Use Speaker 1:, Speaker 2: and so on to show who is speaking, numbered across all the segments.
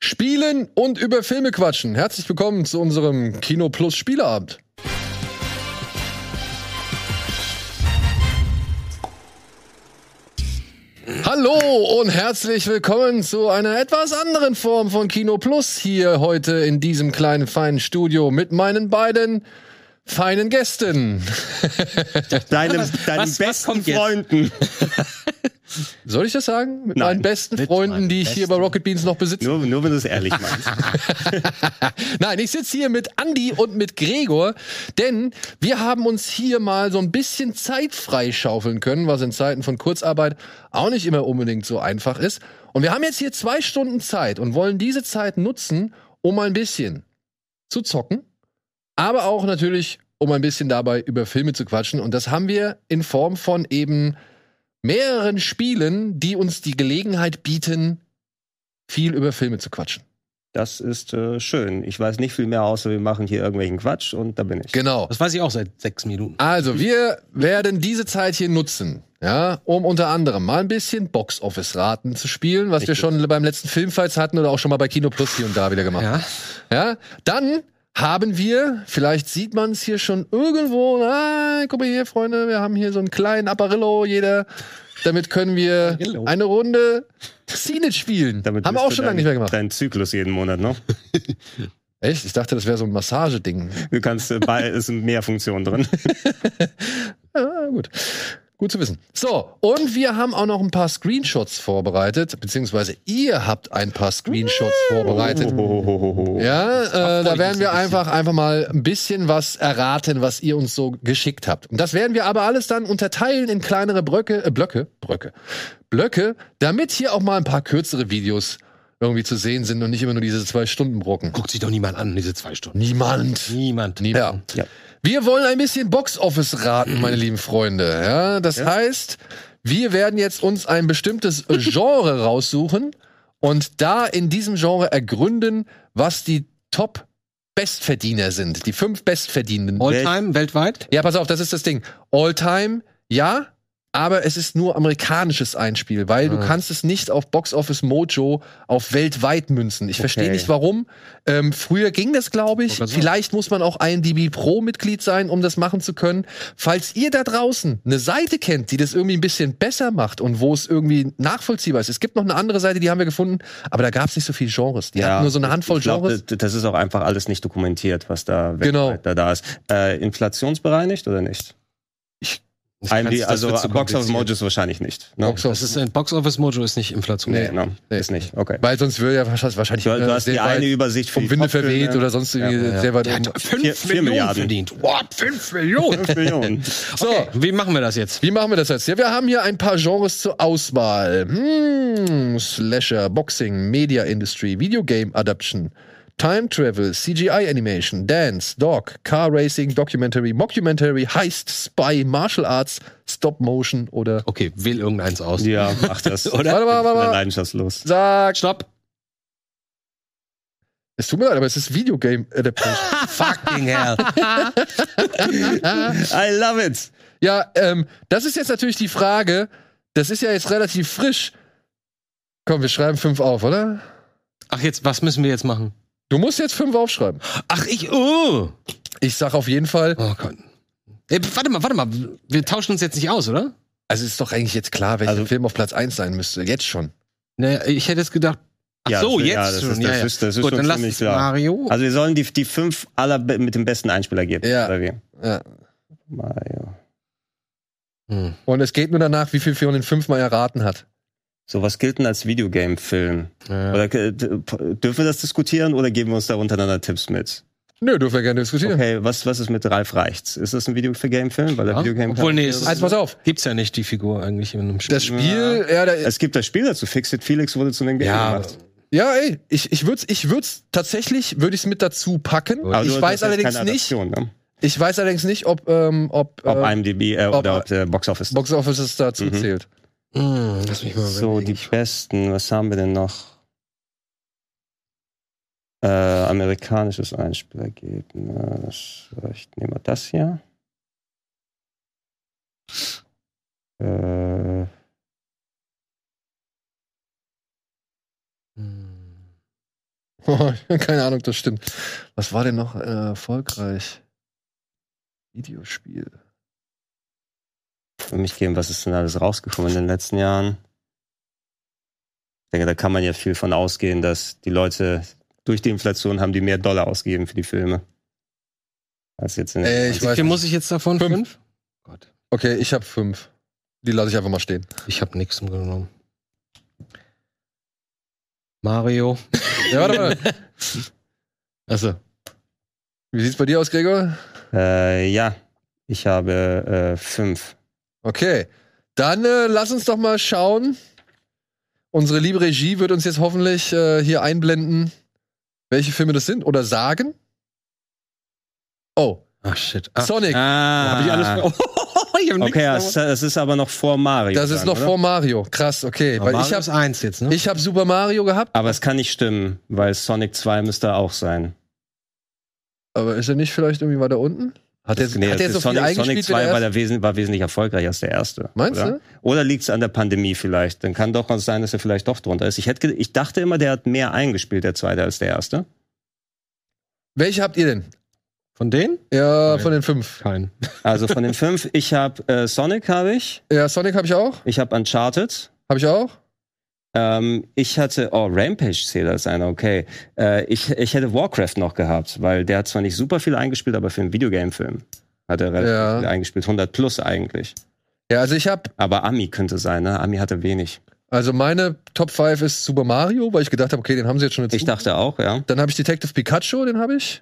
Speaker 1: Spielen und über Filme quatschen. Herzlich willkommen zu unserem Kino Plus Spieleabend. Hallo und herzlich willkommen zu einer etwas anderen Form von Kino Plus hier heute in diesem kleinen feinen Studio mit meinen beiden feinen Gästen.
Speaker 2: Deinem, deinen
Speaker 3: was
Speaker 2: besten
Speaker 3: kommt jetzt?
Speaker 2: Freunden.
Speaker 1: Soll ich das sagen? Mit
Speaker 2: Nein,
Speaker 1: meinen besten
Speaker 3: mit
Speaker 1: Freunden,
Speaker 3: meinen
Speaker 1: die ich hier bei Rocket Beans noch besitze.
Speaker 2: Nur, nur wenn du es ehrlich meinst.
Speaker 1: Nein, ich sitze hier mit Andy und mit Gregor, denn wir haben uns hier mal so ein bisschen Zeit freischaufeln können, was in Zeiten von Kurzarbeit auch nicht immer unbedingt so einfach ist. Und wir haben jetzt hier zwei Stunden Zeit und wollen diese Zeit nutzen, um ein bisschen zu zocken, aber auch natürlich, um ein bisschen dabei über Filme zu quatschen. Und das haben wir in Form von eben mehreren Spielen, die uns die Gelegenheit bieten, viel über Filme zu quatschen.
Speaker 2: Das ist äh, schön. Ich weiß nicht viel mehr, außer wir machen hier irgendwelchen Quatsch und da bin ich.
Speaker 1: Genau.
Speaker 3: Das weiß ich auch seit sechs Minuten.
Speaker 1: Also, wir werden diese Zeit hier nutzen, ja, um unter anderem mal ein bisschen Box-Office-Raten zu spielen, was wir schon beim letzten Filmfights hatten oder auch schon mal bei Kino Plus hier und da wieder gemacht.
Speaker 3: Ja.
Speaker 1: Ja. Dann haben wir, vielleicht sieht man es hier schon irgendwo, ah, guck mal hier, Freunde, wir haben hier so einen kleinen Apparillo, jeder. Damit können wir
Speaker 3: Apparillo.
Speaker 1: eine Runde Xenet spielen.
Speaker 2: Damit
Speaker 1: haben wir
Speaker 2: bist
Speaker 1: auch
Speaker 2: du
Speaker 1: schon
Speaker 2: dein-
Speaker 1: lange nicht mehr gemacht.
Speaker 2: Dein Zyklus jeden Monat ne? noch.
Speaker 1: Echt? Ich dachte, das wäre so ein Massageding.
Speaker 2: Du kannst, äh, bei, es sind mehr Funktionen drin.
Speaker 1: Ah, gut. Gut zu wissen. So, und wir haben auch noch ein paar Screenshots vorbereitet, beziehungsweise ihr habt ein paar Screenshots vorbereitet.
Speaker 2: Oh, Ohohohoho.
Speaker 1: Ja, äh,
Speaker 3: freut
Speaker 1: da
Speaker 3: mich
Speaker 1: werden wir
Speaker 3: ein bisschen.
Speaker 1: einfach, einfach mal ein bisschen was erraten, was ihr uns so geschickt habt. Und das werden wir aber alles dann unterteilen in kleinere Bröcke, äh, Blöcke, Bröcke, Blöcke, damit hier auch mal ein paar kürzere Videos irgendwie zu sehen sind und nicht immer nur diese zwei Stunden Brocken.
Speaker 3: Guckt sich doch niemand an, diese zwei Stunden.
Speaker 1: Niemand.
Speaker 3: Niemand.
Speaker 1: Ja.
Speaker 2: Ja.
Speaker 1: Wir wollen ein bisschen Box-Office raten, meine lieben Freunde. Ja, das heißt, wir werden jetzt uns ein bestimmtes Genre raussuchen und da in diesem Genre ergründen, was die Top Bestverdiener sind, die fünf Bestverdienenden.
Speaker 3: Alltime, weltweit?
Speaker 1: ja, pass auf, das ist das Ding. All-Time, ja, aber es ist nur amerikanisches Einspiel, weil du
Speaker 3: Ah.
Speaker 1: kannst es nicht auf Box Office Mojo auf weltweit münzen. Ich verstehe
Speaker 2: Okay.
Speaker 1: nicht warum. Ähm, früher ging das, glaube ich.
Speaker 3: Wollte grad sagen.
Speaker 1: Vielleicht muss man auch IMDb Pro Mitglied sein, um das machen zu können. Falls ihr da draußen eine Seite kennt, die das irgendwie ein bisschen besser macht und wo es irgendwie nachvollziehbar ist. Es gibt noch eine andere Seite, die haben wir gefunden, aber da gab es nicht so viele Genres. Die hatten nur so eine Handvoll
Speaker 2: ich glaub,
Speaker 1: Genres.
Speaker 2: Das, das ist auch einfach alles nicht dokumentiert, was da
Speaker 1: Genau.
Speaker 2: weltweit da, da ist. Äh, inflationsbereinigt oder nicht?
Speaker 3: Das kannst-
Speaker 2: IMD,
Speaker 3: das
Speaker 2: also
Speaker 3: wird zu
Speaker 2: Box Office
Speaker 3: kompliziert.
Speaker 2: Mojo ist wahrscheinlich nicht. Ne?
Speaker 1: Box
Speaker 3: Das ist ein Box Office Mojo ist nicht Inflation.
Speaker 2: Nee,
Speaker 1: Nee.
Speaker 2: ne,
Speaker 1: Nee.
Speaker 2: ist nicht. Okay.
Speaker 1: Weil sonst würde ja wahrscheinlich, wahrscheinlich äh,
Speaker 2: Du, du hast die
Speaker 1: sehr
Speaker 2: eine
Speaker 1: weit
Speaker 2: Übersicht für
Speaker 1: vom
Speaker 2: die
Speaker 1: Winde
Speaker 2: Top-Filme.
Speaker 1: verweht oder sonst irgendwie
Speaker 2: Ja, ja.
Speaker 1: sehr weit
Speaker 3: Der
Speaker 1: oben.
Speaker 3: hat fünf
Speaker 2: Vier- vier
Speaker 3: Millionen
Speaker 2: Milliarden.
Speaker 3: verdient. What? Fünf Millionen?
Speaker 2: Fünf Millionen.
Speaker 1: So,
Speaker 3: Okay, wie machen wir das jetzt?
Speaker 1: wie machen wir das jetzt? Ja, wir haben hier ein paar Genres zur Auswahl. Hm, Slasher, Boxing, Media Industry, Videogame Adaption, Time Travel, CGI Animation, Dance, Dog, Car Racing, Documentary, Mockumentary, Heist, Spy, Martial Arts, Stop Motion oder
Speaker 3: Okay, wähl irgendeins aus.
Speaker 2: Ja, mach das.
Speaker 3: Oder?
Speaker 1: Warte, warte, warte,
Speaker 2: Ich bin
Speaker 1: warte.
Speaker 2: leidenschaftslos.
Speaker 1: Sag,
Speaker 3: Stopp.
Speaker 1: es tut mir leid, aber es ist Videogame Adaption.
Speaker 3: Fucking hell.
Speaker 2: I love it.
Speaker 1: Ja, ähm, das ist jetzt natürlich die Frage. Das ist ja jetzt relativ frisch. Komm, wir schreiben fünf auf, oder?
Speaker 3: Ach, jetzt, was müssen wir jetzt machen?
Speaker 1: Du musst jetzt fünf aufschreiben.
Speaker 3: Ach, ich, oh.
Speaker 1: Ich sag auf jeden Fall,
Speaker 3: Oh Gott. Ey, warte mal, warte mal. Wir tauschen uns jetzt nicht aus, oder?
Speaker 1: also ist doch eigentlich jetzt klar, welcher
Speaker 2: Also-
Speaker 1: Film auf Platz eins sein müsste. Jetzt schon.
Speaker 3: Naja, ich hätte jetzt gedacht. Ach
Speaker 2: Ja,
Speaker 3: so,
Speaker 2: das-
Speaker 3: jetzt
Speaker 2: ja, das
Speaker 3: schon.
Speaker 2: ist-
Speaker 3: ja,
Speaker 2: das
Speaker 3: ja.
Speaker 2: ist- das ist
Speaker 3: Gut,
Speaker 2: schon
Speaker 3: dann lass
Speaker 2: ziemlich
Speaker 3: uns
Speaker 2: klar.
Speaker 3: Mario.
Speaker 2: Also wir sollen die, die fünf aller be- mit dem besten Einspieler geben.
Speaker 1: Ja.
Speaker 2: Oder wie?
Speaker 1: Ja.
Speaker 2: Mario.
Speaker 3: Hm.
Speaker 1: Und es geht nur danach, wie viel Fiona den fünfmal erraten hat.
Speaker 2: So, was gilt denn als Videogame-Film?
Speaker 3: Ja.
Speaker 2: Oder äh, d- p- dürfen wir das diskutieren oder geben wir uns da untereinander Tipps mit?
Speaker 1: Nö, dürfen wir gerne diskutieren.
Speaker 2: Okay, was, was ist mit Ralf Reichts? Ist das ein Videogame-Film? Weil der
Speaker 3: Ja.
Speaker 2: Videogame
Speaker 3: Obwohl, nee, es ist-
Speaker 1: Also pass auf,
Speaker 3: Gibt's ja nicht die Figur eigentlich in einem Spiel.
Speaker 1: das Spiel, ja, da,
Speaker 2: es gibt das Spiel dazu. Fix It Felix wurde zu einem Game
Speaker 3: Ja,
Speaker 2: gemacht.
Speaker 1: ja ey, ich, ich würd's, ich würd's tatsächlich, würde ich's mit dazu packen.
Speaker 3: Aber
Speaker 1: ich
Speaker 2: nur,
Speaker 1: weiß
Speaker 2: das ist
Speaker 1: allerdings
Speaker 2: keine
Speaker 1: nicht,
Speaker 2: Adaption, Ne?
Speaker 1: ich weiß allerdings nicht, ob, ähm, ob,
Speaker 2: Ob
Speaker 1: äh,
Speaker 2: IMDb äh,
Speaker 1: ob-
Speaker 2: oder ob der Box Office.
Speaker 1: Box Office es dazu
Speaker 2: Mhm.
Speaker 1: zählt.
Speaker 3: Hm, lass mich mal
Speaker 2: So, die
Speaker 3: überlegen.
Speaker 2: besten. Was haben wir denn noch? Äh, amerikanisches Einspielergebnis. Ich nehme mal das hier. Äh,
Speaker 3: Hm.
Speaker 1: Keine Ahnung, das stimmt. Was war denn noch äh, erfolgreich? Videospiel.
Speaker 2: Für mich geben, was ist denn alles rausgekommen in den letzten Jahren? Ich denke, da kann man ja viel von ausgehen, dass die Leute durch die Inflation haben die mehr Dollar ausgegeben für die Filme. Als jetzt in den
Speaker 1: Äh, ich
Speaker 3: Wie
Speaker 1: weiß
Speaker 3: viel
Speaker 1: nicht.
Speaker 3: muss ich jetzt davon?
Speaker 1: Fünf.
Speaker 3: Gott.
Speaker 1: Okay, ich habe fünf. Die lasse ich einfach mal stehen.
Speaker 3: Ich habe nichts genommen. Mario.
Speaker 1: Ja, warte mal.
Speaker 3: Also,
Speaker 1: Wie sieht's bei dir aus, Gregor?
Speaker 2: Äh, ja, ich habe äh, fünf.
Speaker 1: Okay. Dann äh, lass uns doch mal schauen. Unsere liebe Regie wird uns jetzt hoffentlich äh, hier einblenden, welche Filme das sind oder sagen. Oh,
Speaker 3: ach shit.
Speaker 1: Sonic.
Speaker 2: Ah,
Speaker 3: Hab ich alles. Oh, ich hab
Speaker 2: Okay,
Speaker 3: nichts
Speaker 2: das, das ist aber noch vor Mario.
Speaker 1: das ist
Speaker 2: dann,
Speaker 1: noch
Speaker 2: oder?
Speaker 1: vor Mario. Krass, okay.
Speaker 3: Aber
Speaker 1: Weil ich
Speaker 3: Mario
Speaker 1: habe
Speaker 3: ist eins jetzt, ne?
Speaker 1: ich hab Super Mario gehabt,
Speaker 2: Aber es kann nicht stimmen, weil Sonic 2 müsste auch sein.
Speaker 1: aber ist er nicht vielleicht irgendwie weiter unten? Hat er
Speaker 2: Nee,
Speaker 1: hat der
Speaker 2: es
Speaker 1: so
Speaker 2: ist
Speaker 1: viel
Speaker 2: Sonic, Sonic
Speaker 1: eingespielt wie
Speaker 2: 2 war,
Speaker 1: der erste?
Speaker 2: der wesen, war wesentlich erfolgreicher als der erste.
Speaker 1: Meinst
Speaker 2: oder?
Speaker 1: du?
Speaker 2: Oder liegt es an der Pandemie vielleicht? Dann kann doch mal sein, dass er vielleicht doch drunter ist. Ich, hätte, ge- ich dachte immer, der hat mehr eingespielt, der zweite, als der erste.
Speaker 1: Welche habt ihr denn?
Speaker 3: Von denen?
Speaker 1: Ja,
Speaker 3: Nein.
Speaker 1: von den fünf.
Speaker 3: Kein.
Speaker 2: Also von den fünf, ich habe äh, Sonic, habe ich.
Speaker 1: Ja, Sonic habe ich auch.
Speaker 2: Ich habe Uncharted.
Speaker 1: Habe ich auch.
Speaker 2: Ähm, ich hatte, oh, Rampage zählt als einer, okay. Äh, ich, ich hätte Warcraft noch gehabt, weil der hat zwar nicht super viel eingespielt, aber für einen Videogame-Film hat er relativ
Speaker 1: Ja.
Speaker 2: viel eingespielt. 100 plus eigentlich.
Speaker 1: Ja, also ich habe
Speaker 2: Aber Ami könnte sein, ne? Ami hatte wenig.
Speaker 1: Also meine Top 5 ist Super Mario, weil ich gedacht habe, okay, den haben sie jetzt schon dazu.
Speaker 2: Ich dachte auch, ja.
Speaker 1: Dann habe ich Detective Pikachu, den habe ich.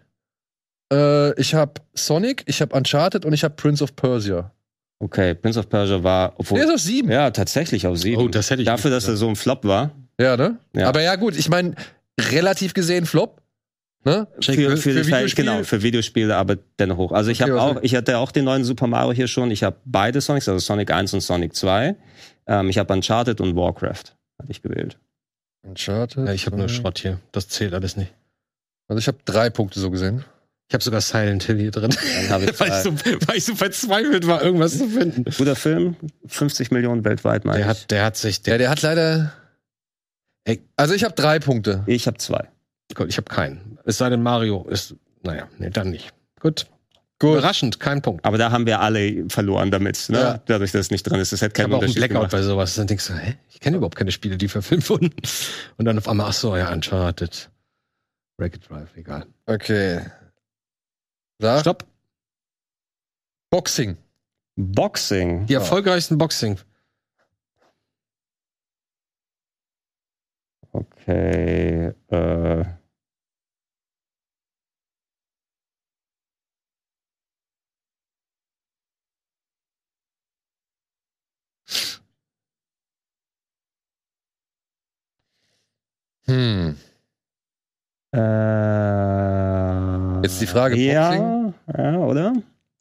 Speaker 1: Äh, ich habe Sonic, ich habe Uncharted und ich habe Prince of Persia.
Speaker 2: Okay, Prince of Persia war,
Speaker 1: Der
Speaker 2: obwohl,
Speaker 1: ist auf 7. Ja,
Speaker 2: ja, tatsächlich auf sieben.
Speaker 3: Oh, das hätte ich
Speaker 2: Dafür,
Speaker 3: nicht
Speaker 2: dass er so ein Flop war.
Speaker 1: ne?
Speaker 2: Ja.
Speaker 1: Aber ja, gut, ich meine, relativ gesehen Flop. Ne?
Speaker 2: Für, für,
Speaker 3: Jake
Speaker 1: für
Speaker 2: die Zeit-
Speaker 1: Videospiele?
Speaker 2: genau, für Videospiele, aber dennoch hoch. Also ich
Speaker 1: Okay,
Speaker 2: habe
Speaker 1: okay.
Speaker 2: auch, ich hatte auch den neuen Super Mario hier schon. Ich habe beide Sonics, also Sonic 1 und Sonic 2. Ähm, ich habe Uncharted und Warcraft, hatte ich gewählt.
Speaker 1: Uncharted.
Speaker 3: Ja, ich habe nur
Speaker 1: Sonic.
Speaker 3: Schrott hier. Das zählt alles nicht.
Speaker 1: Also ich habe drei Punkte so gesehen.
Speaker 3: Ich habe sogar Silent Hill hier drin.
Speaker 2: Dann habe ich
Speaker 3: weil, ich
Speaker 2: zwei.
Speaker 3: so, weil ich so verzweifelt war, irgendwas zu finden.
Speaker 2: Guter Film, 50 Millionen weltweit, meine
Speaker 3: Der
Speaker 2: ich.
Speaker 3: hat, der hat sich.
Speaker 1: Ja,
Speaker 3: Der,
Speaker 1: der hat leider.
Speaker 3: Ey.
Speaker 1: Also ich habe drei Punkte.
Speaker 2: ich habe zwei.
Speaker 3: Gott, ich habe keinen. Es sei denn, Mario ist. Naja, nee, dann nicht. Gut.
Speaker 1: Gut.
Speaker 3: Überraschend, kein Punkt.
Speaker 2: Aber da haben wir alle verloren damit, ne?
Speaker 1: Ja.
Speaker 2: dadurch, dass es nicht drin ist. Das hätte
Speaker 3: Ich
Speaker 2: keinen
Speaker 3: habe auch einen
Speaker 2: Unterschied
Speaker 3: Blackout
Speaker 2: gemacht.
Speaker 3: bei sowas. Dann denkst du, hä? Ich kenne überhaupt keine Spiele, die verfilmt wurden. Und dann auf einmal, ach so, ja, Uncharted. Racket Drive, egal.
Speaker 1: Okay. Da.
Speaker 3: Stopp.
Speaker 1: Boxing.
Speaker 2: Boxing.
Speaker 3: Die erfolgreichsten Boxing.
Speaker 2: Okay. Äh.
Speaker 1: Hm.
Speaker 2: Äh,
Speaker 1: Jetzt die Frage,
Speaker 2: ja, ja, oder?